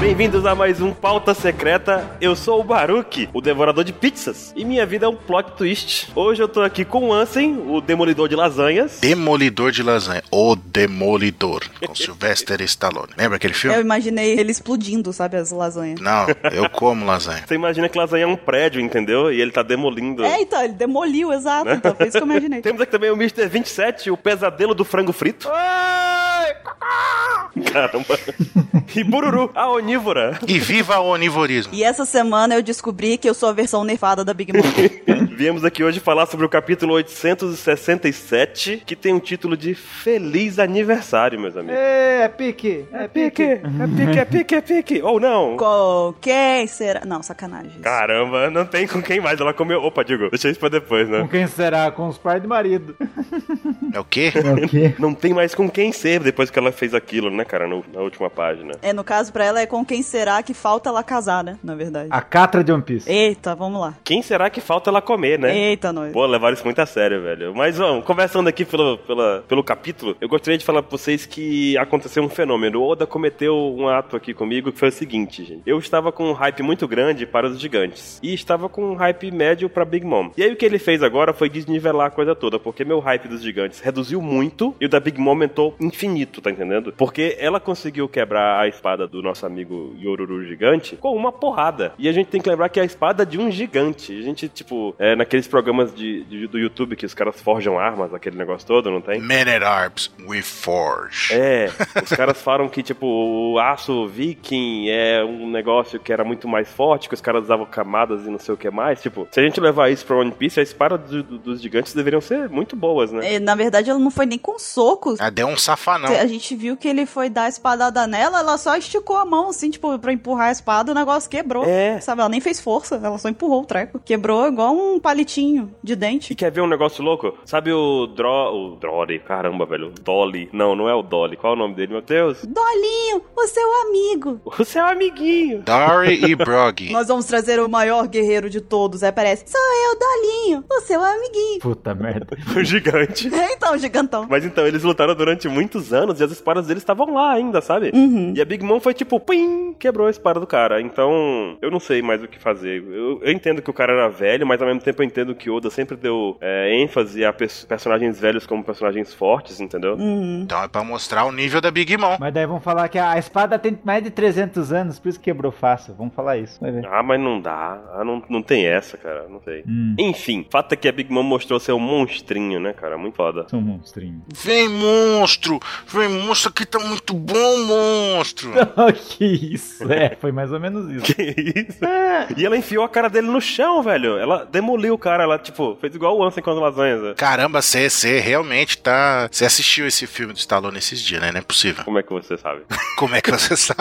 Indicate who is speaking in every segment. Speaker 1: Bem-vindos a mais um Pauta Secreta. Eu sou o Baruki, o devorador de pizzas. E minha vida é um plot twist. Hoje eu tô aqui com o Ansem, o demolidor de lasanhas.
Speaker 2: Demolidor de lasanha. O Demolidor. Com Sylvester Stallone. Lembra aquele filme?
Speaker 3: Eu imaginei ele explodindo, sabe, as lasanhas.
Speaker 2: Não, eu como lasanha.
Speaker 1: Você imagina que lasanha é um prédio, entendeu? E ele tá demolindo.
Speaker 3: É, então, ele demoliu, exato. Então, foi isso que eu imaginei.
Speaker 1: Temos aqui também o Mr. 27, o pesadelo do frango frito. Caramba. E Bururu, a onívora.
Speaker 2: E viva o onivorismo.
Speaker 3: E essa semana eu descobri que eu sou a versão nefada da Big Mom.
Speaker 1: Viemos aqui hoje falar sobre o capítulo 867, que tem um título de Feliz Aniversário, meus amigos.
Speaker 4: É, é pique. É
Speaker 1: Pique, é pique, é pique, é pique. Ou não.
Speaker 3: Qualquer será... Não, sacanagem. isso.
Speaker 1: Caramba, não tem com quem mais. Ela comeu. Opa, digo, deixa isso pra depois,
Speaker 4: Com
Speaker 1: né?
Speaker 4: quem será? Com os pais do marido.
Speaker 2: É o quê?
Speaker 5: É o quê?
Speaker 1: Não tem mais com quem ser depois que ela fez aquilo, né, cara? No- na última página.
Speaker 3: É, no caso, pra ela é com quem será que falta ela casar, né? Na verdade.
Speaker 4: A catra de One Piece.
Speaker 3: Eita, vamos lá.
Speaker 1: Quem será que falta ela comer, né?
Speaker 3: Eita, nós.
Speaker 1: Pô, levaram isso muito a sério, velho. Mas vamos, conversando aqui pelo, pela, pelo capítulo, eu gostaria de falar pra vocês que aconteceu um fenômeno. O Oda cometeu um ato aqui comigo que foi o seguinte, gente. Eu estava com um hype muito grande para os gigantes. E estava com um hype médio pra Big Mom. E aí o que ele fez agora foi desnivelar a coisa toda, porque meu hype dos gigantes reduziu muito e o da Big Mom aumentou infinito, tá entendendo? Porque ela conseguiu quebrar a espada do nosso amigo Yoruru gigante com uma porrada. E a gente tem que lembrar que é a espada de um gigante. A gente, tipo, é, naqueles programas de, de- do YouTube que os caras forjam armas, aquele negócio todo, não tem?
Speaker 2: Men at Arms, we forge.
Speaker 1: É, os caras falam que, tipo, o aço viking é um negócio que era muito mais forte, que os caras usavam camadas e não sei o que mais. Tipo, se a gente levar isso pra One Piece, as espadas do- do- dos gigantes deveriam ser muito boas, né?
Speaker 3: É, na verdade, ela não foi nem com socos.
Speaker 2: Ah, deu um safanão.
Speaker 3: A gente viu que ele foi dar a espadada nela, ela só esticou a mão, assim, tipo, pra empurrar a espada, o negócio quebrou.
Speaker 1: É.
Speaker 3: Sabe, ela nem fez força, ela só empurrou o treco. Quebrou igual um palitinho de
Speaker 1: E
Speaker 3: dente.
Speaker 1: quer ver um negócio louco? Sabe o Dro... O Drore, caramba, velho. O Dolly. Não, não é o Dolly. Qual é o nome dele? Meu Deus.
Speaker 3: Dolinho, o seu amigo.
Speaker 1: O seu amiguinho.
Speaker 2: Dory e Brog.
Speaker 3: Nós vamos trazer o maior guerreiro de todos, aí aparece. Sou eu, Dolinho, o seu amiguinho.
Speaker 4: Puta merda.
Speaker 1: O um gigante.
Speaker 3: Então, gigantão.
Speaker 1: Mas então, eles lutaram durante muitos anos e as espadas deles estavam lá ainda, sabe? E a Big Mom foi tipo, pim, quebrou a espada do cara. Então, eu não sei mais o que fazer. Eu, eu entendo que o cara era velho, mas ao mesmo tempo eu entendo que Oda sempre deu é, ênfase a pers- personagens velhos como personagens fortes, entendeu?
Speaker 3: Uhum. Hum.
Speaker 2: Então é pra mostrar o nível da Big Mom.
Speaker 4: Mas daí vão falar que a espada tem mais de 300 anos, por isso quebrou fácil. Vamos falar isso. Vai ver.
Speaker 1: Ah, mas não dá. Ah, não, não tem essa, cara. Não sei.
Speaker 4: Hum,
Speaker 1: Enfim, fato é que a Big Mom mostrou ser um monstrinho, né, cara? Muito foda.
Speaker 4: sou um monstrinho.
Speaker 2: Vem, monstro! Vem, monstro, aqui tá muito bom, monstro!
Speaker 4: que isso. É, foi mais ou menos isso.
Speaker 1: Que isso? E ela enfiou a cara dele no chão, velho. Ela demoliu o cara. Ela, tipo, fez igual o Ansem com as lasanhas. né?
Speaker 2: Caramba, você você realmente tá. Você assistiu esse filme do Stallone esses dias, né? Não é possível.
Speaker 1: Como é que você sabe?
Speaker 2: Como é que você sabe?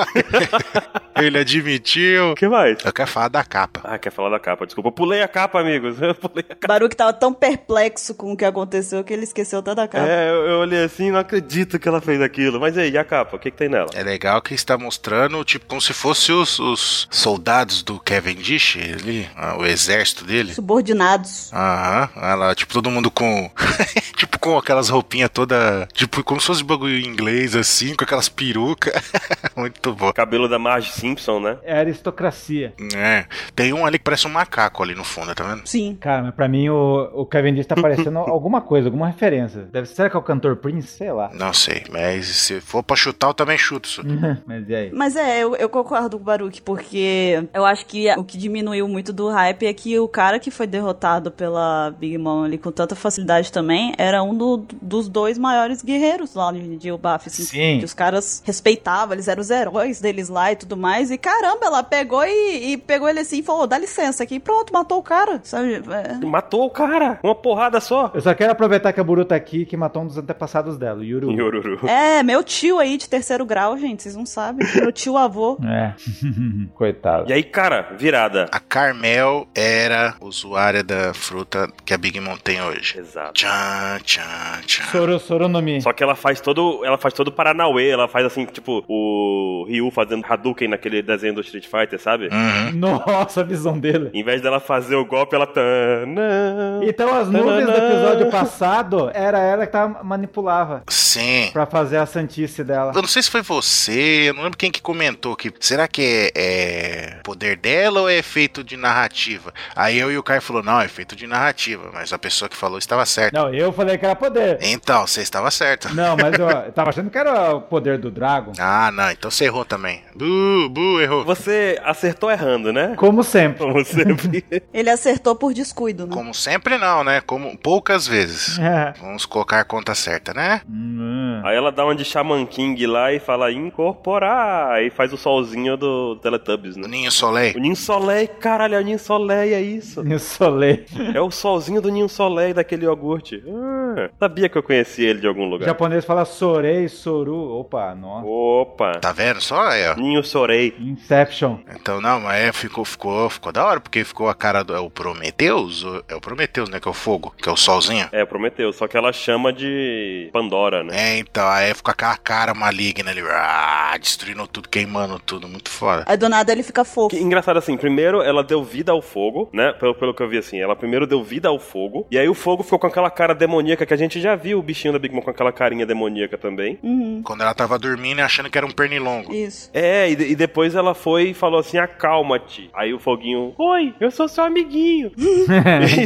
Speaker 2: Ele admitiu.
Speaker 1: O que mais?
Speaker 2: Eu quero falar da capa.
Speaker 1: Ah, quer falar da capa. Desculpa, eu pulei a capa, amigos. Eu pulei a capa.
Speaker 3: Baruque tava tão perplexo com o que aconteceu que ele esqueceu até da cara.
Speaker 1: É, eu, eu olhei assim não acredito que ela fez aquilo. Mas e aí, e a capa? O que, que tem nela?
Speaker 2: É legal que está mostrando, tipo, como se fosse os, os soldados do Kevin Dish ali, ah, o exército dele.
Speaker 3: Subordinados.
Speaker 2: Aham, olha lá, tipo, todo mundo com. tipo, com aquelas roupinhas toda. Tipo, como se fosse bagulho em inglês, assim, com aquelas perucas. Muito bom.
Speaker 1: Cabelo da Marge Simpson, né?
Speaker 4: É aristocracia.
Speaker 2: É, tem um ali que parece um macaco ali no fundo, tá vendo?
Speaker 3: Sim.
Speaker 4: Cara, mas pra mim o, o Cavendish tá parecendo alguma coisa, alguma referência. Deve ser que é o cantor Prince, sei lá.
Speaker 2: Não sei, mas se for pra chutar, eu também chuto isso.
Speaker 4: Mas e aí?
Speaker 3: Mas é, eu, eu concordo com o Baruque, porque eu acho que o que diminuiu muito do hype é que o cara que foi derrotado pela Big Mom ali com tanta facilidade também era um do- dos dois maiores guerreiros lá de, de Ubaf, assim,
Speaker 4: Sim.
Speaker 3: que os caras respeitavam, eles eram os heróis deles lá e tudo mais, e caramba, ela pegou e, e pegou ele assim e falou, dá licença aqui, e pronto, matou o cara, sabe? É.
Speaker 1: Matou o cara! Uma porrada só!
Speaker 4: Eu só quero aproveitar que a Buru tá aqui, que matou um dos antepassados dela, o Yuru.
Speaker 1: Yoruru.
Speaker 3: É, meu tio aí de terceiro grau, gente, vocês não sabem, meu tio avô.
Speaker 4: É. Coitado.
Speaker 1: E aí, cara, virada.
Speaker 2: A Carmel era usuária área da fruta que a Big Mom tem hoje.
Speaker 1: Exato.
Speaker 2: Tchan, tchan, tchan.
Speaker 4: Soro, Soronomi.
Speaker 1: Só que ela faz todo. Ela faz todo o Paranauê, ela faz assim, tipo, o Ryu fazendo Hadouken naquele desenho do Street Fighter, sabe?
Speaker 2: Uhum.
Speaker 4: Nossa, a visão dele.
Speaker 1: Em vez dela fazer o golpe, ela. tá- não.
Speaker 4: Então as nuvens do episódio passado era ela que tava, manipulava
Speaker 2: Sim.
Speaker 4: pra fazer a santice dela.
Speaker 2: Eu não sei se foi você, eu não lembro quem que comentou que será que é, é poder dela ou é efeito de narrativa? Aí eu e o Caio falou, não, é efeito de narrativa, mas a pessoa que falou estava certa.
Speaker 4: Não, eu falei que era poder.
Speaker 2: Então, você estava certo.
Speaker 4: Não, mas eu, eu tava achando que era o poder do Dragon.
Speaker 2: Ah, não, então você errou também. Bu, bu, errou.
Speaker 1: Você acertou errando, né?
Speaker 4: Como sempre.
Speaker 1: Como sempre.
Speaker 3: Ele acertou por descuido, né?
Speaker 2: Como sempre não, né? Como poucas vezes. Vamos colocar a conta certa, né?
Speaker 4: Hum.
Speaker 1: Aí ela dá uma de Shaman King lá e fala incorporar. E faz o solzinho do Teletubbies, né?
Speaker 2: Ninho Soleil.
Speaker 1: O Ninho Soleil, caralho, é o Ninho Soleil, é isso.
Speaker 4: Insolei.
Speaker 1: É o solzinho do Ninho Soleil daquele iogurte. Ah, sabia que eu conhecia ele de algum
Speaker 4: O
Speaker 1: lugar.
Speaker 4: japonês fala Sorei, Soru. Opa, nossa.
Speaker 1: Opa.
Speaker 2: Tá vendo só aí, ó?
Speaker 1: Ninho Sorei.
Speaker 4: Inception.
Speaker 2: Então, não, mas é, ficou, ficou, ficou da hora, porque ficou a cara do. É o Prometeus? O- É o Prometeus, né? Que é o fogo, que é o solzinho.
Speaker 1: É, prometeu, só que ela chama de Pandora, né?
Speaker 2: É, então, aí ficou aquela cara maligna ali, ah, destruindo tudo, queimando tudo, muito foda.
Speaker 3: Aí do nada ele fica fofo.
Speaker 1: Que engraçado assim, primeiro ela deu vida ao fogo, né? Pelo, pelo que eu vi assim, ela primeiro deu vida ao fogo, e aí o fogo ficou com aquela cara demoníaca que a gente já viu o bichinho da Big Mom com aquela carinha demoníaca também.
Speaker 3: Uhum,
Speaker 2: Quando ela tava dormindo e achando que era um pernilongo.
Speaker 3: isso.
Speaker 1: É, e, de- e depois ela foi e falou assim: acalma-te. Aí o foguinho, oi, eu sou seu amiguinho.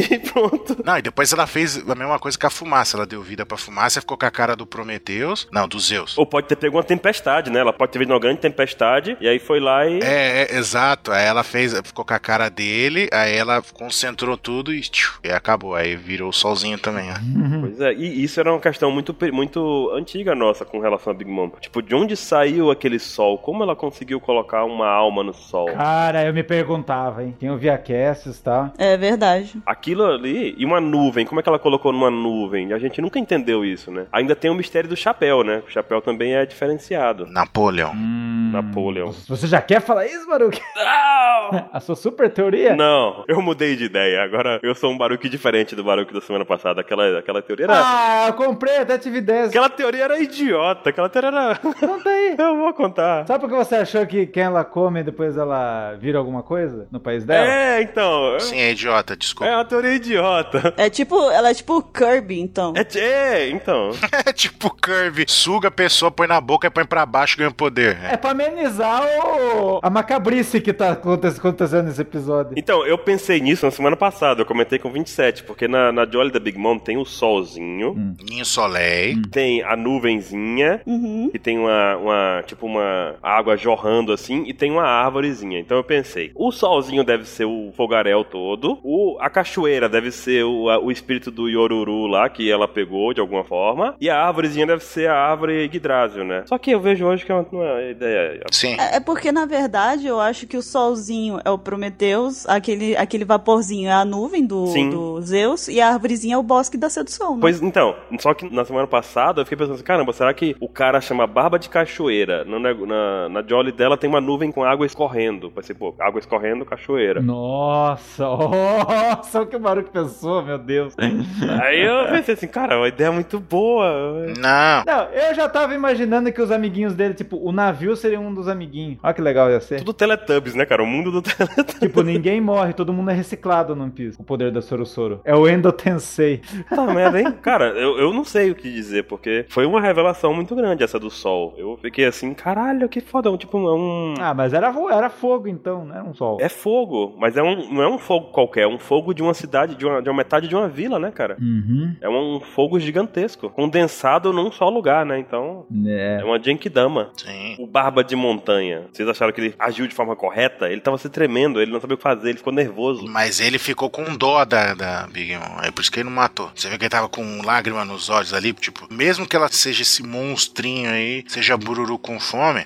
Speaker 1: e pronto.
Speaker 2: Não, e depois ela fez a mesma coisa com a fumaça. Ela deu vida pra fumaça, ficou com a cara do Prometeus. Não, do Zeus.
Speaker 1: Ou pode ter pego uma tempestade, né? Ela pode ter vindo uma grande tempestade, e aí foi lá e.
Speaker 2: É, é, exato. Aí ela fez, ficou com a cara dele, aí ela concentrou tudo e, tchiu, e acabou. Aí virou o solzinho também, ó.
Speaker 1: Pois é, e isso era uma questão muito, pe- muito antiga nossa com relação a Big Mom. Tipo, de onde saiu aquele sol? Como ela conseguiu colocar uma alma no sol?
Speaker 4: Cara, eu me perguntava, hein? Quem ouvia casts e tal.
Speaker 3: É verdade.
Speaker 1: Aquilo ali, e uma nuvem, como é que ela colocou numa nuvem? A gente nunca entendeu isso, né? Ainda tem o mistério do chapéu, né? O chapéu também é diferenciado.
Speaker 2: Napoleão.
Speaker 4: Hum.
Speaker 1: Napoleon.
Speaker 4: Você já quer falar isso, Baruque? A sua super teoria?
Speaker 1: Não, eu mudei de ideia. Agora eu sou um Baruque diferente do Baruque da semana passada. Aquela, aquela teoria era.
Speaker 4: Ah, eu comprei até tive 10.
Speaker 1: Aquela teoria era idiota. Aquela teoria era.
Speaker 4: Conta aí.
Speaker 1: eu vou contar.
Speaker 4: Sabe por que você achou que quem ela come depois ela vira alguma coisa no país dela?
Speaker 1: É, então.
Speaker 2: Sim, é idiota,
Speaker 1: É
Speaker 2: desculpa.
Speaker 1: uma teoria idiota.
Speaker 3: É tipo, ela é tipo o Kirby, então.
Speaker 1: É, t- é então.
Speaker 2: É tipo Kirby. Suga a pessoa, põe na boca e põe pra baixo ganha poder.
Speaker 4: É pra amenizar o... a macabrice que tá aconte- acontecendo nesse episódio.
Speaker 1: Então, eu pensei nisso na semana passada. Eu comentei com 27, porque na, na Jolly da Big Mom tem o solzinho,
Speaker 2: Ninho Soleil.
Speaker 1: tem a nuvenzinha,
Speaker 3: Uhum.
Speaker 1: que tem uma, uma, tipo, uma água jorrando assim, e tem uma árvorezinha. Então eu pensei, o solzinho deve ser o fogaréu todo, o, a cachoeira deve ser o, a- o espírito do Yoruru lá, que ela pegou de alguma forma, e a árvorezinha deve ser a árvore Yggdrasil, né? Só que eu vejo hoje que é uma, uma ideia...
Speaker 2: Sim.
Speaker 3: É é porque, na verdade, eu acho que o solzinho é o Prometeus, aquele, aquele vaporzinho é a nuvem do,
Speaker 1: Sim.
Speaker 3: do Zeus, e a árvorezinha é o bosque da sedução, né?
Speaker 1: Pois então, só que na semana passada eu fiquei pensando assim, caramba, será que o cara chama Barba de Cachoeira? No nego- na, na Jolly dela tem uma nuvem com água escorrendo. Pensei, pô, água escorrendo, cachoeira.
Speaker 4: Nossa, nossa, o que o Baruque pensou, meu Deus.
Speaker 1: Aí eu pensei assim, cara, uma ideia muito boa.
Speaker 2: Não.
Speaker 4: Não, eu já tava imaginando que os amiguinhos dele, tipo, o navio seria um dos amiguinhos. Olha que legal ia ser.
Speaker 1: Tudo Teletubbies, né, cara? O mundo do Teletubbies.
Speaker 4: Tipo, ninguém morre, todo mundo é reciclado no One Piece. O poder da Soro Soro. É o Endo Tensei.
Speaker 1: Tá merda, hein? Cara, eu, eu não sei o que dizer, porque foi uma revelação muito grande essa do sol. Eu fiquei assim, caralho, que foda. Tipo, é um.
Speaker 4: Ah, mas era, ro- era fogo então, não era um sol.
Speaker 1: É fogo, mas é um, não é um fogo qualquer, é um fogo de uma cidade, de uma, de uma metade de uma vila, né, cara?
Speaker 4: Uhum.
Speaker 1: É um fogo gigantesco, condensado num só lugar, né? Então,
Speaker 4: É.
Speaker 1: é uma Genkidama.
Speaker 2: Sim.
Speaker 1: O Barba de Montanha. Vocês acharam que ele agiu de forma correta? Ele tava se tremendo, ele não sabia o que fazer, ele ficou nervoso.
Speaker 2: Mas ele ficou com dó da, da Big Mom. É por isso que ele não matou. Você vê que ele tava com lágrima nos olhos ali. Tipo, mesmo que ela seja esse monstrinho aí, seja bururu com fome,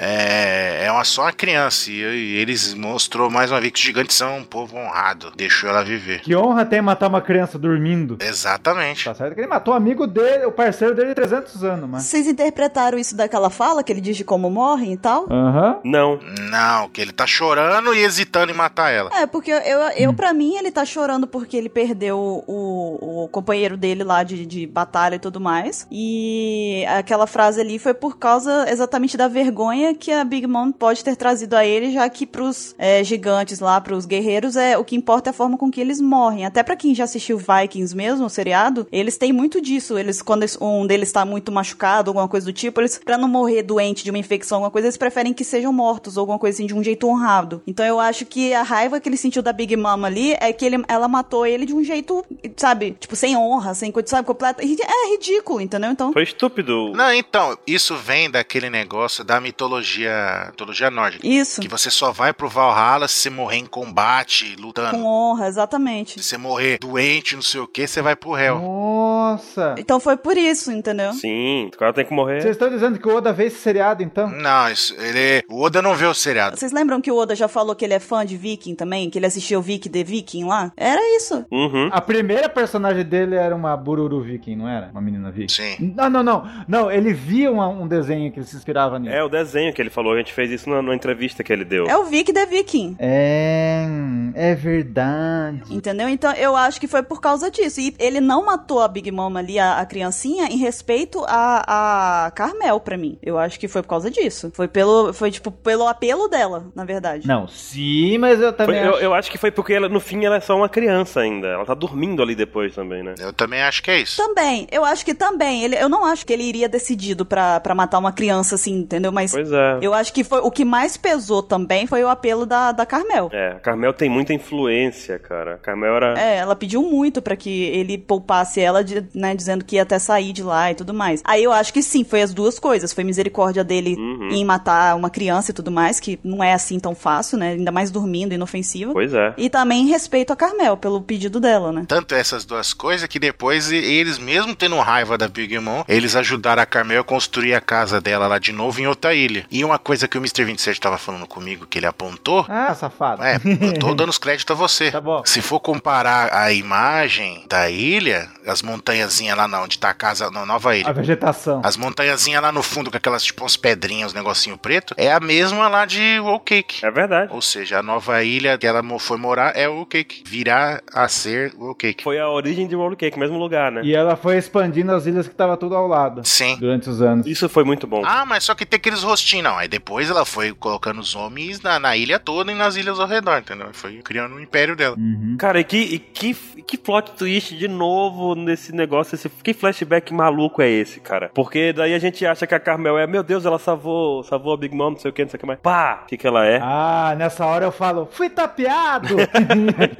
Speaker 2: é, é uma, só uma criança. E, e eles mostrou mais uma vez que os gigantes são um povo honrado. Deixou ela viver.
Speaker 4: Que honra tem matar uma criança dormindo.
Speaker 2: Exatamente.
Speaker 4: Tá certo que ele matou o amigo dele, o parceiro dele de 300 anos, mas...
Speaker 3: Vocês interpretaram isso daquela fala que ele diz de como morrem e tal?
Speaker 4: Aham.
Speaker 1: Não.
Speaker 2: Não, que ele tá chorando e hesitando em matar ela.
Speaker 3: É, porque eu, eu, eu pra mim, ele tá chorando porque ele perdeu o, o companheiro dele lá de, de batalha e tudo mais. E aquela frase ali foi por causa exatamente da vergonha que a Big Mom pode ter trazido a ele, já que pros é, gigantes lá, pros guerreiros, é o que importa é a forma com que eles morrem. Até pra quem já assistiu Vikings mesmo, o seriado, eles têm muito disso. Eles, quando eles- um deles tá muito machucado, alguma coisa do tipo, eles, pra não morrer doente de uma infecção, alguma coisa, eles preferem que sejam mortos, ou alguma coisa assim, de um jeito honrado. Então eu acho que a raiva que ele sentiu da Big Mama ali é que ele, ela matou ele de um jeito, sabe, tipo, sem honra, sem coisa, sabe, completa. É ridículo, entendeu? Então.
Speaker 1: Foi estúpido.
Speaker 2: Não, então, isso vem daquele negócio da mitologia, mitologia nórdica.
Speaker 3: Isso.
Speaker 2: Que você só vai pro Valhalla se você morrer em combate,
Speaker 3: Com
Speaker 2: lutando.
Speaker 3: honra, exatamente.
Speaker 2: Se você morrer doente, não sei o que, você vai pro réu.
Speaker 4: Nossa!
Speaker 3: Então foi por isso, entendeu?
Speaker 1: Sim, o cara tem que morrer.
Speaker 4: Vocês estão dizendo que o Oda vê esse seriado, então?
Speaker 2: Não, isso, ele, o Oda não vê o seriado.
Speaker 3: Vocês lembram que o Oda já falou que ele é fã de Viking também? Que ele assistiu Viking The Viking lá? Era isso.
Speaker 1: Uhum.
Speaker 4: A primeira personagem dele era uma Bururu Viking, não era? Uma menina Viking.
Speaker 3: Assim.
Speaker 2: Sim.
Speaker 4: Não, não, não. Não, ele via uma- um desenho que ele se inspirava nisso.
Speaker 1: É o desenho que ele falou, a gente fez isso na, na entrevista que ele deu.
Speaker 3: É o Viking The Viking.
Speaker 4: É, hum, é verdade.
Speaker 3: Entendeu? Então eu acho que foi por causa disso. E ele não matou a Big Mom ali, a, a criancinha, em respeito a, a Carmel, pra mim. Eu acho que foi por causa disso. Foi pelo. Foi tipo, pelo apelo dela, na verdade.
Speaker 4: Não, sim, mas eu
Speaker 1: Foi-
Speaker 4: também
Speaker 1: eu,
Speaker 4: acho.
Speaker 1: eu acho que foi porque ela, no fim ela é só uma criança ainda. Ela tá dormindo ali depois também, né?
Speaker 2: Eu também acho que é isso.
Speaker 3: Também, eu acho que também. Ele, eu não acho que ele iria decidido pra pra matar uma criança assim, entendeu? Mas
Speaker 1: Pois é.
Speaker 3: eu acho que foi o que mais pesou também foi o apelo da, da Carmel.
Speaker 1: É, a Carmel tem muita influência, cara. A Carmel era.
Speaker 3: É, ela pediu muito pra que ele poupasse ela, de- né, dizendo que ia até sair de lá e tudo mais. Aí eu acho que sim, foi as duas coisas. Foi misericórdia dele
Speaker 1: Uhum.
Speaker 3: em matar uma criança e tudo mais, que não é assim tão fácil, né? Ainda mais dormindo, inofensiva.
Speaker 1: Pois é.
Speaker 3: E também respeito a Carmel pelo pedido dela, né?
Speaker 2: Tanto essas duas coisas que depois e- eles, mesmo tendo raiva da Big Mom, eles ajudaram a Carmel a construir a casa dela lá de novo em outra ilha. E uma coisa que o Mr. 27 tava falando comigo, que ele apontou,
Speaker 4: Ah, safado.
Speaker 3: tá.
Speaker 2: é, eu tô dando os créditos a você.
Speaker 4: Tá bom.
Speaker 2: Se for comparar a imagem da ilha, as montanhazinhas lá na onde tá a casa, na nova
Speaker 4: A
Speaker 2: ilha.
Speaker 4: vegetação.
Speaker 2: As montanhazinhas lá no fundo com aquelas tipo uns pedrinhas, uns negocinho preto, é a mesma lá de Whole Cake.
Speaker 1: É verdade.
Speaker 2: Ou seja, a nova ilha que ela mo- foi morar é o Cake. Virá a ser o Cake.
Speaker 1: Foi a origem de Roll Cake, mesmo lugar, né?
Speaker 4: E ela foi expandindo as ilhas que tava tudo ao lado
Speaker 2: Sim.
Speaker 4: durante os anos.
Speaker 1: Isso foi muito bom.
Speaker 2: Ah, mas só que tem aqueles rostinhos, não. Aí depois ela foi colocando os homens na, na ilha toda e nas ilhas ao redor, entendeu? Foi criando o império dela.
Speaker 4: Uhum.
Speaker 1: Cara, e que, e que, e que plot twist de novo nesse negócio, esse, que flashback maluco é esse, cara? Porque daí a gente acha que a Carmel é, meu Deus, ela salvou, salvou a Big Mom, não sei o que, não sei o que mais. Pá! O que, que ela é?
Speaker 4: Ah, nessa hora eu falo, fui tapeado!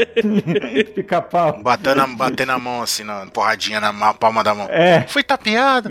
Speaker 4: Pica-pau.
Speaker 2: Batendo a, batendo a mão assim, na porradinha na ma- palma da mão.
Speaker 4: É.
Speaker 2: Foi tapeado.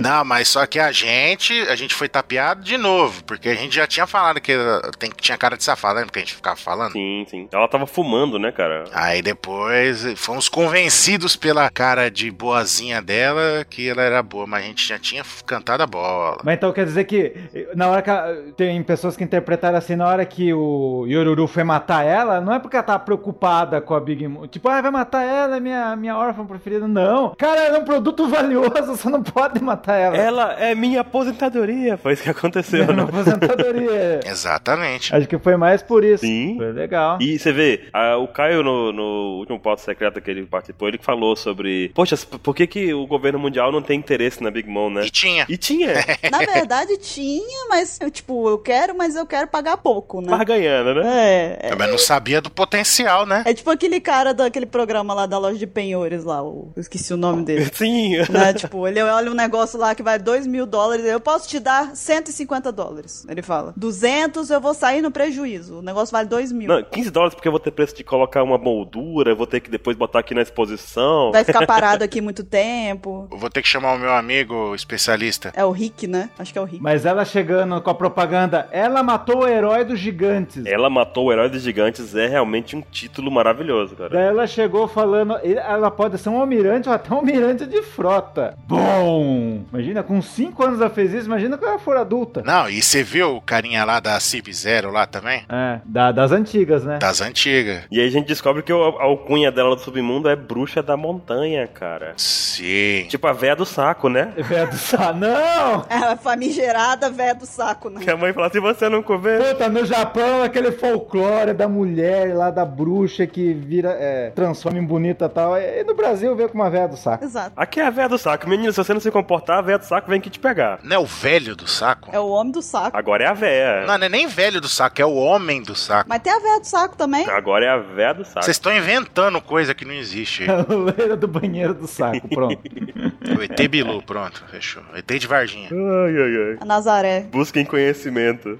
Speaker 2: Não, mas só que a gente, a gente foi tapeado de novo, porque a gente já tinha falado que ela tem, tinha cara de safada, né? Porque a gente ficava falando.
Speaker 1: Sim, sim. Ela tava fumando, né, cara?
Speaker 2: Aí depois eh, fomos convencidos pela cara de boazinha dela que ela era boa, mas a gente já tinha f- cantado a bola.
Speaker 4: Mas então quer dizer que na hora que a- tem pessoas que interpretaram assim, na hora que o Yoruru foi matar ela, não é porque ela tava preocupada com a Big Mom. Tipo, ah, vai matar ela, é minha, minha órfã preferida. Não. Cara, ela é um produto valioso, você não pode matar Ah, ela.
Speaker 1: Ela é minha aposentadoria, foi isso que aconteceu,
Speaker 4: é uma
Speaker 1: né?
Speaker 4: aposentadoria.
Speaker 2: Exatamente.
Speaker 4: Acho que foi mais por isso.
Speaker 1: Sim.
Speaker 4: Foi legal.
Speaker 1: E você vê, a- o Caio, no, no último pauta secreto que ele participou, ele falou sobre, poxa, por que, que o governo mundial não tem interesse na Big Mom, né?
Speaker 2: E tinha.
Speaker 1: E tinha,
Speaker 3: Na verdade tinha, mas eu, tipo, eu quero, mas eu quero pagar pouco, né?
Speaker 1: tava ganhando, né?
Speaker 3: É, é.
Speaker 2: Mas não sabia do potencial, né?
Speaker 3: É tipo aquele cara daquele programa lá da loja de penhores lá, o- eu esqueci o nome dele.
Speaker 1: Sim.
Speaker 3: né? Tipo, ele olha um negócio lá que vai 2 mil dólares, eu posso te dar 150 dólares. Ele fala, 200 eu vou sair no prejuízo, o negócio vale 2 mil.
Speaker 1: Não, então. 15 dólares porque eu vou ter preço de colocar uma moldura, vou ter que depois botar aqui na exposição.
Speaker 3: Vai ficar parado aqui muito tempo.
Speaker 2: Eu vou ter que chamar o meu amigo especialista.
Speaker 3: É o Rick, né? Acho que é o Rick.
Speaker 4: Mas ela chegando com a propaganda, ela matou o herói dos gigantes.
Speaker 1: Ela matou o herói dos gigantes é realmente um título maravilhoso, cara.
Speaker 4: Daí ela chegou falando, ele- ela pode ser um almirante ou até um almirante de frota. Bom! Imagina, com 5 anos ela fez isso, imagina quando ela for adulta.
Speaker 2: Não, e você viu o carinha lá da Cib Zero lá também?
Speaker 4: É, da- das antigas, né?
Speaker 2: Das antigas.
Speaker 1: E aí a gente descobre que o- a alcunha dela do submundo é bruxa da montanha, cara.
Speaker 2: Sim.
Speaker 1: Tipo a véia do saco, né?
Speaker 4: Velho do Sá, não!
Speaker 3: É a famigerada couber do saco, não.
Speaker 1: Que a mãe fala, se você não comer...
Speaker 4: Puta, no Japão, aquele folclore da mulher lá, da bruxa que vira, é, transforma em bonita e tal. E no Brasil veio com uma véia do saco.
Speaker 3: Exato.
Speaker 1: Aqui é a véia do saco. Menino, se você não se comportar, a véia do saco vem aqui te pegar.
Speaker 2: Não é o velho do saco?
Speaker 3: É o homem do saco.
Speaker 1: Agora é a véia.
Speaker 2: Não, não é nem velho do saco, é o homem do saco.
Speaker 3: Mas tem a véia do saco também.
Speaker 1: Agora é a véia do saco.
Speaker 2: Vocês estão inventando coisa que não existe.
Speaker 4: A loira do banheiro do saco, pronto.
Speaker 2: O ET Bilu, pronto, fechou. O ET de Varginha.
Speaker 1: Ai, ai, ai.
Speaker 3: A Nazaré.
Speaker 1: Busquem conhecimento.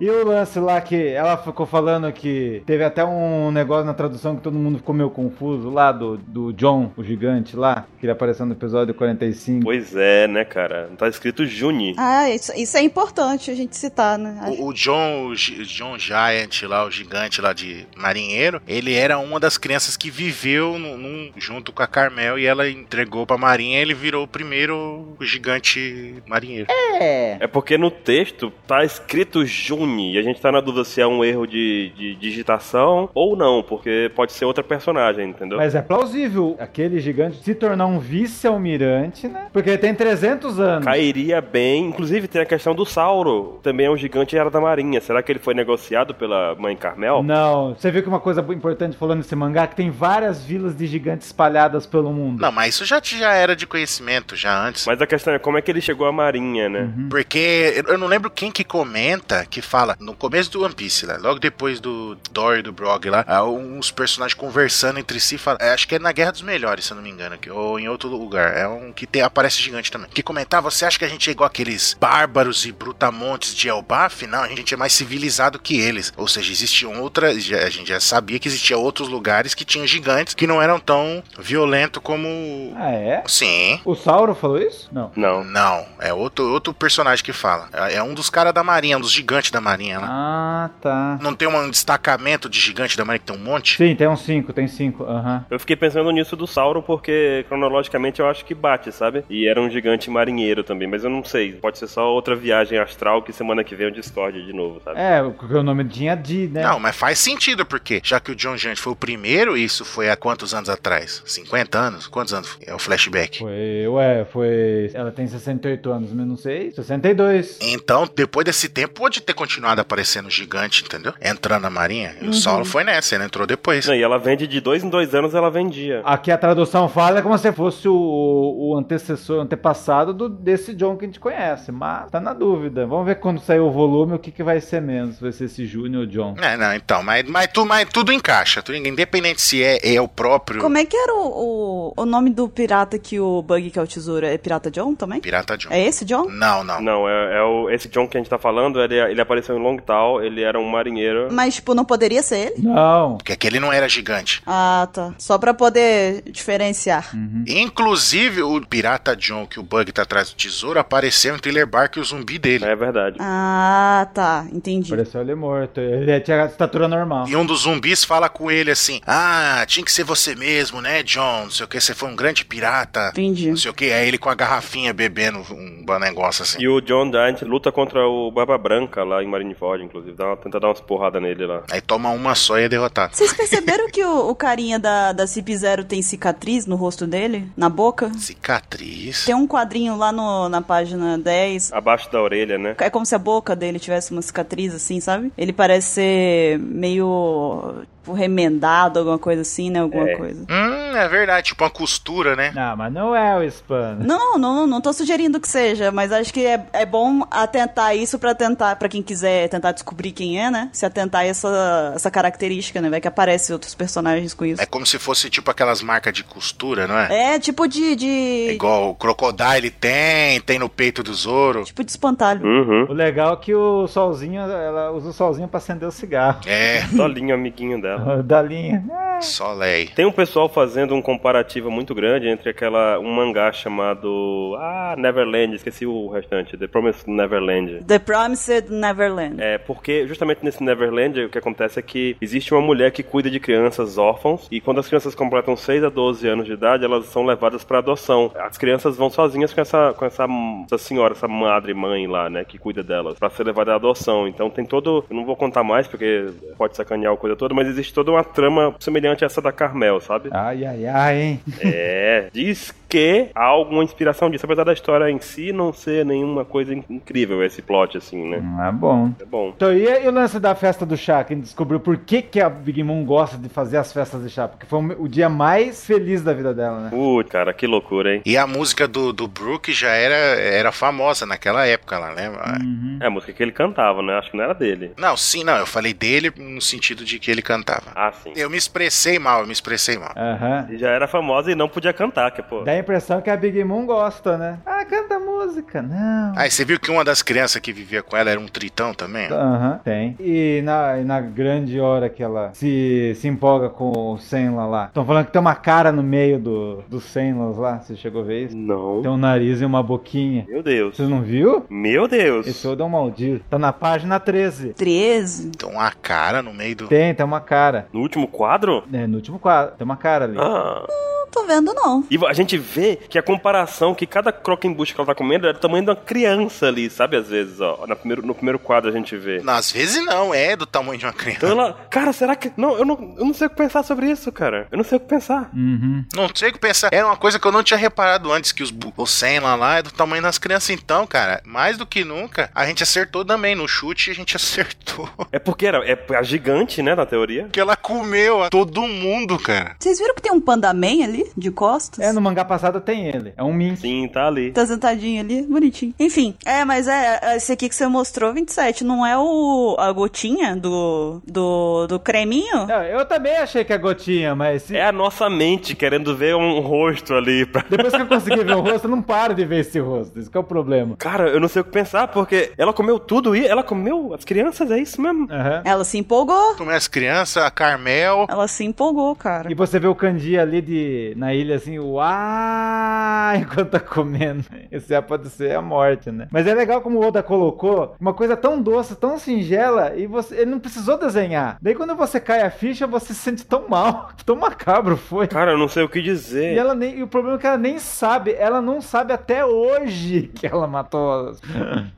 Speaker 4: e o lance lá que ela ficou falando que teve até um negócio na tradução que todo mundo ficou meio confuso lá do, do John, o gigante lá, que ele apareceu no episódio 45.
Speaker 1: Pois é, né, cara? Tá escrito Juni.
Speaker 3: Ah, isso, isso é importante a gente citar, né? A-
Speaker 2: O, o John, o Gi- John Giant lá, o gigante lá de marinheiro, ele era uma das crianças que viveu num- num- junto com a Carmel e ela entregou pra marinha e ele virou o primeiro gigante marinheiro.
Speaker 4: É.
Speaker 1: É porque no texto tá escrito Juni e a gente tá na dúvida se é um erro de, de digitação ou não, porque pode ser outra personagem, entendeu?
Speaker 4: Mas é plausível aquele gigante se tornar um vice-almirante, né? Porque ele tem 300 anos.
Speaker 1: Cairia bem. Inclusive tem a questão do Sauro. Também é um gigante e era da marinha. Será que ele foi negociado pela mãe Carmel?
Speaker 4: Não, você viu que uma coisa importante falando nesse mangá é que tem várias vilas de gigantes espalhadas pelo mundo.
Speaker 2: Não, mas isso já, já era de conhecimento, já antes.
Speaker 1: Mas a questão é como é que ele chegou à marinha,
Speaker 4: Hum.
Speaker 1: né?
Speaker 4: Uhum.
Speaker 2: Porque eu- eu não lembro quem que comenta que fala no começo do One Piece, lá, logo depois do Dory e do Brog lá, há uns personagens conversando entre si, fala, é, acho que é na Guerra dos Melhores, se eu não me engano, aqui, ou em outro lugar. É um que tem, aparece gigante também. Que comentar, você acha que a gente é igual aqueles bárbaros e brutamontes de Elbaf? Não, a gente é mais civilizado que eles. Ou seja, existiam outras, já- a gente já sabia que existia outros lugares que tinham gigantes que não eram tão violento como.
Speaker 4: Ah, é?
Speaker 2: Sim,
Speaker 4: O Sauro falou isso? Não.
Speaker 1: Não.
Speaker 2: não, é outro, outro personagem que fala. É é um dos caras da marinha, um dos gigantes da marinha lá.
Speaker 4: Ah, tá.
Speaker 2: Não tem uma- um destacamento de gigante da marinha que tem um monte?
Speaker 4: Sim, tem uns 5, tem 5. Aham.
Speaker 1: Eu fiquei pensando nisso do Sauro porque cronologicamente eu acho que bate, sabe? E era um gigante marinheiro também, mas eu não sei. Pode ser só outra viagem astral que semana que vem eu discorde de novo, sabe?
Speaker 4: É, porque o nome tinha D, né?
Speaker 2: Não, mas faz sentido, porque já que o John Giant foi o primeiro, isso foi há quantos anos atrás? 50 anos? Quantos anos? É o flashback.
Speaker 4: Foi, ué, foi. Ela tem 68 anos, mas não sei. 62.
Speaker 2: Então, depois desse tempo, pode ter continuado aparecendo gigante, entendeu? Entrando na marinha. E o Saulo foi nessa, ele entrou depois.
Speaker 1: Não, e ela vende de dois em dois anos, ela vendia.
Speaker 4: Aqui a tradução fala como se fosse o, o antecessor, antepassado do, desse John que a gente conhece, mas tá na dúvida. Vamos ver quando sair o volume o que, que vai ser menos. Vai ser esse Júnior ou John.
Speaker 2: É, não, então, mas, mas, tu, mas tudo encaixa, tudo, independente se é, é o próprio
Speaker 3: Como é que era o, o, o nome do pirata que o Bug, que é o tesouro, é Pirata John também?
Speaker 2: Pirata John.
Speaker 3: É esse, John?
Speaker 2: Não, não.
Speaker 1: Não, é, é o, esse John que a gente tá falando, ele, ele apareceu em Longtal, ele era um marinheiro.
Speaker 3: Mas, tipo, não poderia ser ele?
Speaker 4: Não.
Speaker 2: Porque aquele não era gigante.
Speaker 3: Ah, tá. Só pra poder diferenciar.
Speaker 2: Inclusive, o pirata John, que o Bug tá atrás do tesouro, apareceu em Thriller Bark e o zumbi dele.
Speaker 1: É verdade.
Speaker 3: Ah, tá. Entendi.
Speaker 4: Pareceu ele morto. Ele é tinha a estatura normal.
Speaker 2: E um dos zumbis fala com ele assim: Ah, tinha que ser você mesmo, né, John? Não sei o que, você foi um grande pirata.
Speaker 3: Entendi.
Speaker 2: Não sei o que, é ele com a garrafinha bebendo um ba- negócio assim.
Speaker 1: E o John Giant luta contra o Barba Branca lá em Marineford, inclusive. Dá uma- tenta dar umas porradas nele lá.
Speaker 2: Aí toma uma só e é derrotado.
Speaker 3: Vocês perceberam que o, o carinha da, da Cip Zero tem cicatriz no rosto dele? Na boca?
Speaker 2: Cicatriz.
Speaker 3: Tem um quadrinho lá no, na página 10.
Speaker 1: Abaixo da orelha, né?
Speaker 3: É como se a boca dele tivesse uma cicatriz, assim, sabe? Ele parece ser meio tipo, remendado, alguma coisa assim, né? Alguma coisa.
Speaker 2: Hum, é verdade, tipo uma costura, né?
Speaker 4: Não, mas não é o Span.
Speaker 3: Não, não, não tô sugerindo que seja, mas acho que é, é bom atentar isso pra tentar, para quem quiser tentar descobrir quem é, né? Se atentar a essa, essa característica, né? Vai que aparece outros personagens com isso.
Speaker 2: É como se fosse tipo aquelas marcas de costura, não é?
Speaker 3: É, tipo de.
Speaker 2: É
Speaker 3: de
Speaker 2: Igual o Crocodile tem, tem no peito do Zoro.
Speaker 3: tipo de espantalho.
Speaker 1: Uhum.
Speaker 4: O legal é que o solzinho, ela usa o solzinho pra acender o cigarro.
Speaker 2: É,
Speaker 1: Solinho, amiguinho dela.
Speaker 4: Da linha.
Speaker 2: só lei.
Speaker 1: Tem um pessoal fazendo um comparativo muito grande entre aquela um mangá chamado Ah, Neverland, esqueci o restante, The Promised Neverland.
Speaker 3: The Promised Neverland.
Speaker 1: É, porque justamente nesse Neverland o que acontece é que existe uma mulher que cuida de crianças órfãos e quando as crianças completam 6 a 12 anos de idade, elas são levadas pra adoção. As crianças vão sozinhas com essa com essa, essa senhora, essa madre mãe lá, né, que cuida delas, pra ser levada à adoção. Então tem todo, eu não vou contar mais porque pode sacanear a coisa toda, mas existe toda uma trama semelhante a essa da Carmel, sabe?
Speaker 4: Ai, ai, ai, hein?
Speaker 1: É, diz que há alguma inspiração disso, apesar da história em si não ser nenhuma coisa in- incrível, esse plot, assim, né?
Speaker 4: Ah, bom.
Speaker 1: É bom.
Speaker 4: Então, e, e o lance da festa do chá? Quem descobriu por que, que a Big Mom gosta de fazer as festas de chá? Porque foi o o dia mais feliz da vida dela, né?
Speaker 1: Putz, cara, que loucura, hein?
Speaker 2: E a música do, do Brook já era, era famosa naquela época lá, né?
Speaker 1: É a música que ele cantava, né? Acho que não era dele.
Speaker 2: Não, sim, não. Eu falei dele no sentido de que ele cantava.
Speaker 1: Ah, sim.
Speaker 2: Eu me expressei mal, eu me expressei mal.
Speaker 4: Aham.
Speaker 1: Ele já era famosa e não podia cantar, que é, pô.
Speaker 4: Dá a impressão que a Big Mom gosta, né? Ah, canta música. Não.
Speaker 2: Aí você viu que uma das crianças que vivia com ela era um tritão também?
Speaker 4: Aham, tem. E na, e na grande hora que ela se, se empolga com o Senla lá. Estão falando que tem uma cara no meio do, do Senlas lá. Você chegou a ver isso?
Speaker 1: Não.
Speaker 4: Tem um nariz e uma boquinha.
Speaker 1: Meu Deus.
Speaker 4: Você não viu?
Speaker 1: Meu Deus.
Speaker 4: Esse Oda é um maldito. Tá na página 13.
Speaker 3: 13?
Speaker 2: Então a cara no meio do.
Speaker 4: Tem, tem uma cara.
Speaker 1: No último quadro?
Speaker 4: É, no último quadro, tem uma cara ali.
Speaker 1: Ah.
Speaker 3: Não tô vendo, não.
Speaker 1: E a gente vê que a comparação que cada croquembush que ela tá comendo é do tamanho de uma criança ali, sabe? Às vezes, ó. No primeiro, no primeiro quadro a gente vê.
Speaker 2: Não, às vezes não, é do tamanho de uma criança.
Speaker 1: Então ela. Cara, será que. Não eu, não, eu não sei o que pensar sobre isso, cara. Eu não sei o que pensar.
Speaker 4: Uhum.
Speaker 2: Não sei o que pensar. Era uma coisa que eu não tinha reparado antes, que os bu- o Senla lá é do tamanho das crianças. Então, cara, mais do que nunca, a gente acertou também. No chute, a gente acertou.
Speaker 1: É porque era. É a gigante, né, na teoria.
Speaker 2: Que ela comeu a todo mundo, cara.
Speaker 3: Vocês viram que tem um pandaman ali, de costas?
Speaker 4: É, no mangá passado tem ele. É um Mink.
Speaker 1: Sim, tá ali.
Speaker 3: Tá sentadinho ali, bonitinho. Enfim, é, mas é, esse aqui que você mostrou, 27, não é o a gotinha do, do, do creminho?
Speaker 4: Não, Ah, Eu também achei que é gotinha, mas se-
Speaker 1: É a nossa mente querendo ver um rosto ali. Pra...
Speaker 4: depois que eu consegui ver o rosto, eu não paro de ver esse rosto. Isso que é o problema.
Speaker 1: Cara, eu não sei o que pensar, porque ela comeu tudo e ela comeu as crianças, é isso mesmo?
Speaker 4: Aham.
Speaker 3: Ela se empolgou.
Speaker 2: Comeu as crianças, é a Carmel.
Speaker 3: Ela se empolgou, cara.
Speaker 4: E você vê o Candia ali de, na ilha assim, uai, enquanto tá comendo. Isso já pode ser a morte, né? Mas é legal como o Oda colocou, uma coisa tão doce, tão singela, e você, ele não precisou desenhar. Daí quando você cai a ficha, você se sente tão mal, que tão macabro foi.
Speaker 1: Cara, eu não sei o que
Speaker 4: E,
Speaker 1: dizer.
Speaker 4: ela nem, e o problema é que ela nem sabe, ela não sabe até hoje que ela matou as,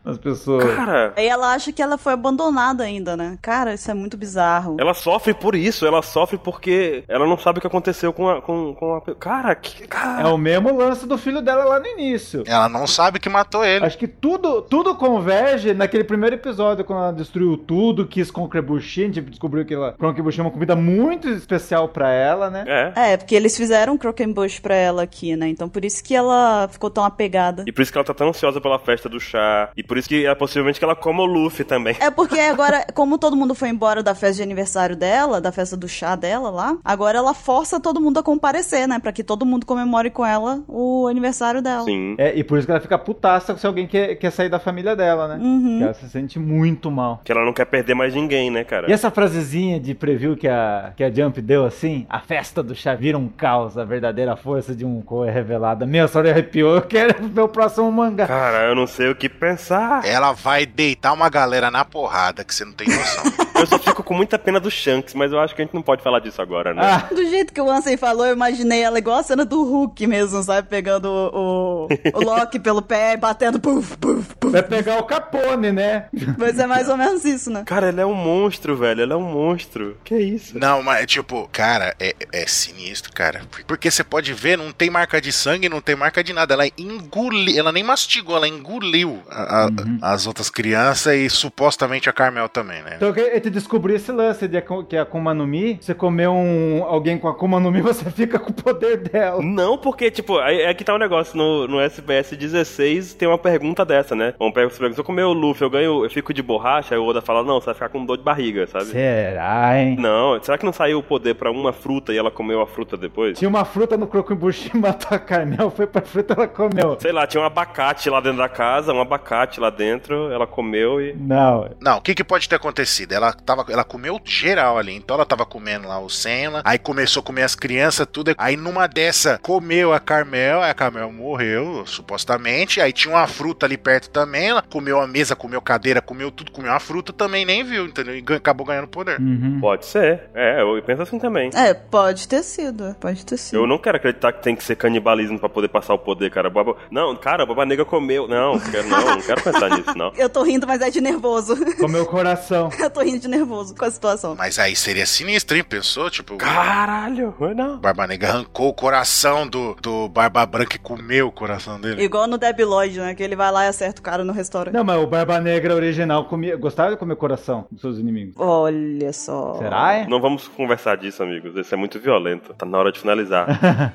Speaker 4: as pessoas.
Speaker 1: Cara,
Speaker 3: Aí ela acha que ela foi abandonada ainda, né? Cara, isso é muito bizarro.
Speaker 1: Ela sofre por isso, ela sofre porque ela não sabe o que aconteceu com a. Com, com a... Cara, que.
Speaker 4: É
Speaker 1: Cara.
Speaker 4: o mesmo lance do filho dela lá no início.
Speaker 2: Ela não sabe que matou ele.
Speaker 4: Acho que tudo, tudo converge naquele primeiro episódio, quando ela destruiu tudo, quis com o Krebushi, a gente descobriu que ela, Krebushi é uma comida muito especial pra ela, né?
Speaker 1: É.
Speaker 3: É, porque eles fizeram um croquembouche pra ela aqui, né? Então por isso que ela ficou tão apegada.
Speaker 1: E por isso que ela tá tão ansiosa pela festa do chá. E por isso que é possivelmente que ela coma o Luffy também.
Speaker 3: É porque agora, como todo mundo foi embora da festa de aniversário dela, da festa do chá dela lá, agora ela força todo mundo a comparecer, né? Pra que todo mundo comemore com ela o aniversário dela.
Speaker 1: Sim.
Speaker 4: É, e por isso que ela fica putaça se alguém quer, quer sair da família dela, né?
Speaker 3: Uhum.
Speaker 4: Que ela se sente muito mal.
Speaker 1: Que ela não quer perder mais ninguém, né, cara?
Speaker 4: E essa frasezinha de preview que a, que a Jump deu assim, a festa do chá vira um caos, a verdadeira força de um co é revelada. Meu, a senhora arrepiou, eu quero ver o próximo mangá.
Speaker 1: Cara, eu não sei o que pensar.
Speaker 2: Ela vai deitar uma galera na porrada, que você não tem noção.
Speaker 1: Eu só fico com muita pena do Shanks, mas eu acho que a gente não pode falar disso agora, né?
Speaker 4: Ah,
Speaker 3: Do jeito que o Ansem falou, eu imaginei ela igual a cena do Hulk mesmo, sabe? Pegando o, o, o Loki pelo pé e batendo puf, puf, puf.
Speaker 4: vai pegar o Capone, né?
Speaker 3: Mas é mais ou menos isso, né?
Speaker 1: Cara, ele é um monstro, velho. Ele é um monstro. Que isso?
Speaker 2: Não, mas tipo, cara, é, é sinistro, cara. Porque você pode ver, não tem marca de sangue, não tem marca de nada. Ela engoliu, ela nem mastigou, ela engoliu a- a- as outras crianças e supostamente a Carmel também, né?
Speaker 4: Então que eu te descobri esse lance de Aku- que a Akuma no Mi, você comer um, alguém com Akuma no Mi, você fica com o poder dela.
Speaker 1: Não, porque, tipo, aí é que tá um negócio. No, no SBS 16 tem uma pergunta dessa, né? Uma pergunta, você pergunta, se eu comer o Luffy, eu ganho, eu fico de borracha, aí o Oda fala, não, você vai ficar com dor de barriga, sabe?
Speaker 4: Será, hein?
Speaker 1: Não, será que não saiu o poder pra uma fruta e ela comeu a fruta depois?
Speaker 4: Tinha uma fruta no Crocumbushi, matou a Carmel, foi pra fruta, ela comeu.
Speaker 1: Sei lá, tinha um abacate lá dentro da casa, um abacate lá dentro, ela comeu e.
Speaker 4: Não,
Speaker 2: Não, o que, que pode ter acontecido? Ela, tava, ela comeu geral ali, então ela tava comendo lá o Senna, aí começou a comer as crianças, tudo. Aí numa dessa, comeu a Carmel, aí a Carmel morreu, supostamente. Aí tinha uma fruta ali perto também, ela comeu a mesa, comeu cadeira, comeu tudo, comeu a fruta também, nem viu, entendeu? E gan- acabou ganhando poder.
Speaker 4: Uhum.
Speaker 1: Pode ser. É, eu penso assim também.
Speaker 3: Uhum. É, pode ter sido, pode ter sido.
Speaker 1: Eu não quero acreditar que tem que ser canibalismo pra poder passar o poder, cara. Baba- Não, cara, a Baba Negra comeu. Não, não quero, não, não quero pensar nisso, não.
Speaker 3: Eu tô rindo, mas é de nervoso.
Speaker 4: comeu o coração.
Speaker 3: Eu tô rindo de de nervoso com a situação.
Speaker 2: Mas aí seria sinistro, hein? Pensou? Tipo,
Speaker 1: Caralho, mas
Speaker 2: o
Speaker 1: não.
Speaker 2: Barba Negra arrancou o coração do, do Barba Branca e comeu o coração dele.
Speaker 3: Igual no Debi Lloyd, né? Que ele vai lá e acerta o cara no restaurante.
Speaker 4: Não, mas o Barba Negra original comia, gostava de comer coração dos seus inimigos.
Speaker 3: Olha só.
Speaker 4: Será? É?
Speaker 1: Não vamos conversar disso, amigos. Isso é muito violento. Tá na hora de finalizar.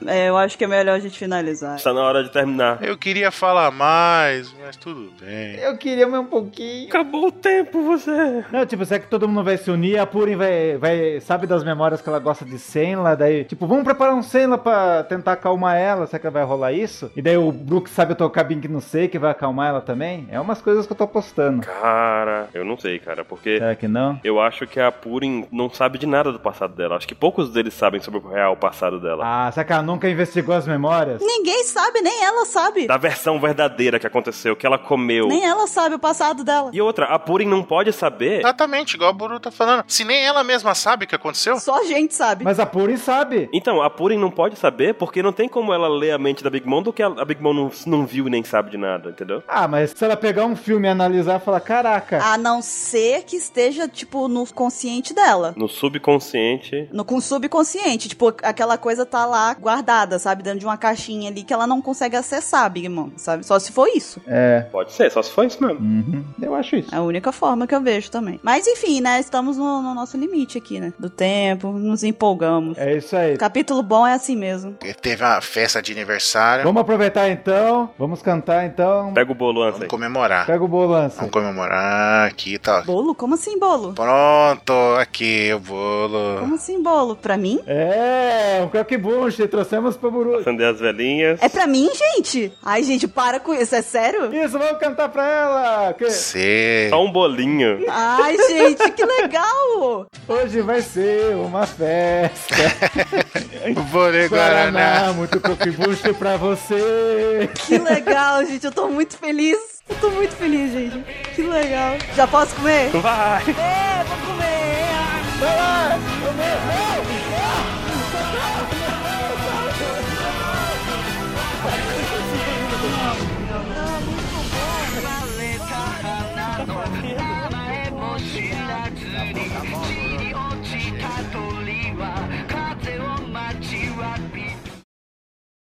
Speaker 3: É, eu acho que é melhor a gente finalizar.
Speaker 1: Está na hora de terminar.
Speaker 2: Eu queria falar mais, mas tudo bem.
Speaker 4: Eu queria mais um pouquinho.
Speaker 1: Acabou o tempo, você.
Speaker 4: Não, tipo, será que todo mundo vai se unir? A Purim vai, vai. Sabe das memórias que ela gosta de Senla? Daí, tipo, vamos preparar um Senla pra tentar acalmar ela. Será que vai rolar isso? E daí o Brook sabe tocar Bing não sei, que vai acalmar ela também? É umas coisas que eu tô apostando.
Speaker 1: Cara, eu não sei, cara, porque
Speaker 4: Será que não?
Speaker 1: eu acho que a Purim não sabe de nada do passado dela. Acho que poucos deles sabem sobre o real passado dela.
Speaker 4: Ah, será que ela nunca investigou as memórias?
Speaker 3: Ninguém sabe, nem ela sabe.
Speaker 1: Da versão verdadeira que aconteceu, que ela comeu.
Speaker 3: Ah, Nem ela sabe o passado dela.
Speaker 1: E outra, a Purim não pode saber.
Speaker 2: Exatamente, igual a Buru tá falando. Se nem ela mesma sabe o que aconteceu,
Speaker 3: Só a gente sabe.
Speaker 4: Mas a Purim sabe.
Speaker 1: Então, a Purim não pode saber porque não tem como ela ler a mente da Big Mom do que a a Big Mom não, não viu e nem sabe de nada, entendeu?
Speaker 4: Ah, mas se ela pegar um filme e analisar, falar, caraca.
Speaker 3: A não ser que esteja, tipo, no consciente dela.
Speaker 1: No subconsciente.
Speaker 3: No com subconsciente. Tipo, aquela coisa tá lá guardada, sabe? Dentro de uma caixinha ali que ela não consegue acessar, Big Mom, sabe? Só se for isso.
Speaker 4: É.
Speaker 1: Pode ser, só se for isso mesmo.
Speaker 4: Uhum. Eu acho isso.
Speaker 3: É a única forma que eu vejo também. Mas enfim, né? Estamos no, no nosso limite aqui, né? Do tempo, nos empolgamos.
Speaker 4: É isso aí.
Speaker 3: Capítulo bom é assim mesmo.
Speaker 2: teve uma festa de aniversário.
Speaker 4: Vamos aproveitar então. Vamos cantar então.
Speaker 1: Pega o bolo antes aí.
Speaker 2: Vamos comemorar.
Speaker 4: Pega o bolança.
Speaker 2: Vamos comemorar aqui e tal.
Speaker 3: Bolo? Como assim bolo?
Speaker 2: Pronto, aqui o bolo.
Speaker 3: Como assim bolo? Pra mim?
Speaker 4: É, um croque-bunche. Trouxemos pro Buru.
Speaker 1: Acender as velhinhas.
Speaker 3: É pra mim, gente? Ai, gente, para com isso. É sério?
Speaker 4: Isso, vamos cantar pra ela. que
Speaker 2: Você.
Speaker 1: Só um bolinho.
Speaker 3: Ai, gente, que legal!
Speaker 4: hoje vai ser uma festa.
Speaker 2: Bolê Guaraná.
Speaker 4: Guaraná, muito croque-bunche pra você.
Speaker 3: Que legal, gente. Eu tô muito feliz. Eu tô muito feliz, gente. Que legal. Já posso comer?
Speaker 1: Vai!
Speaker 3: É, vou comer.
Speaker 4: Vai lá.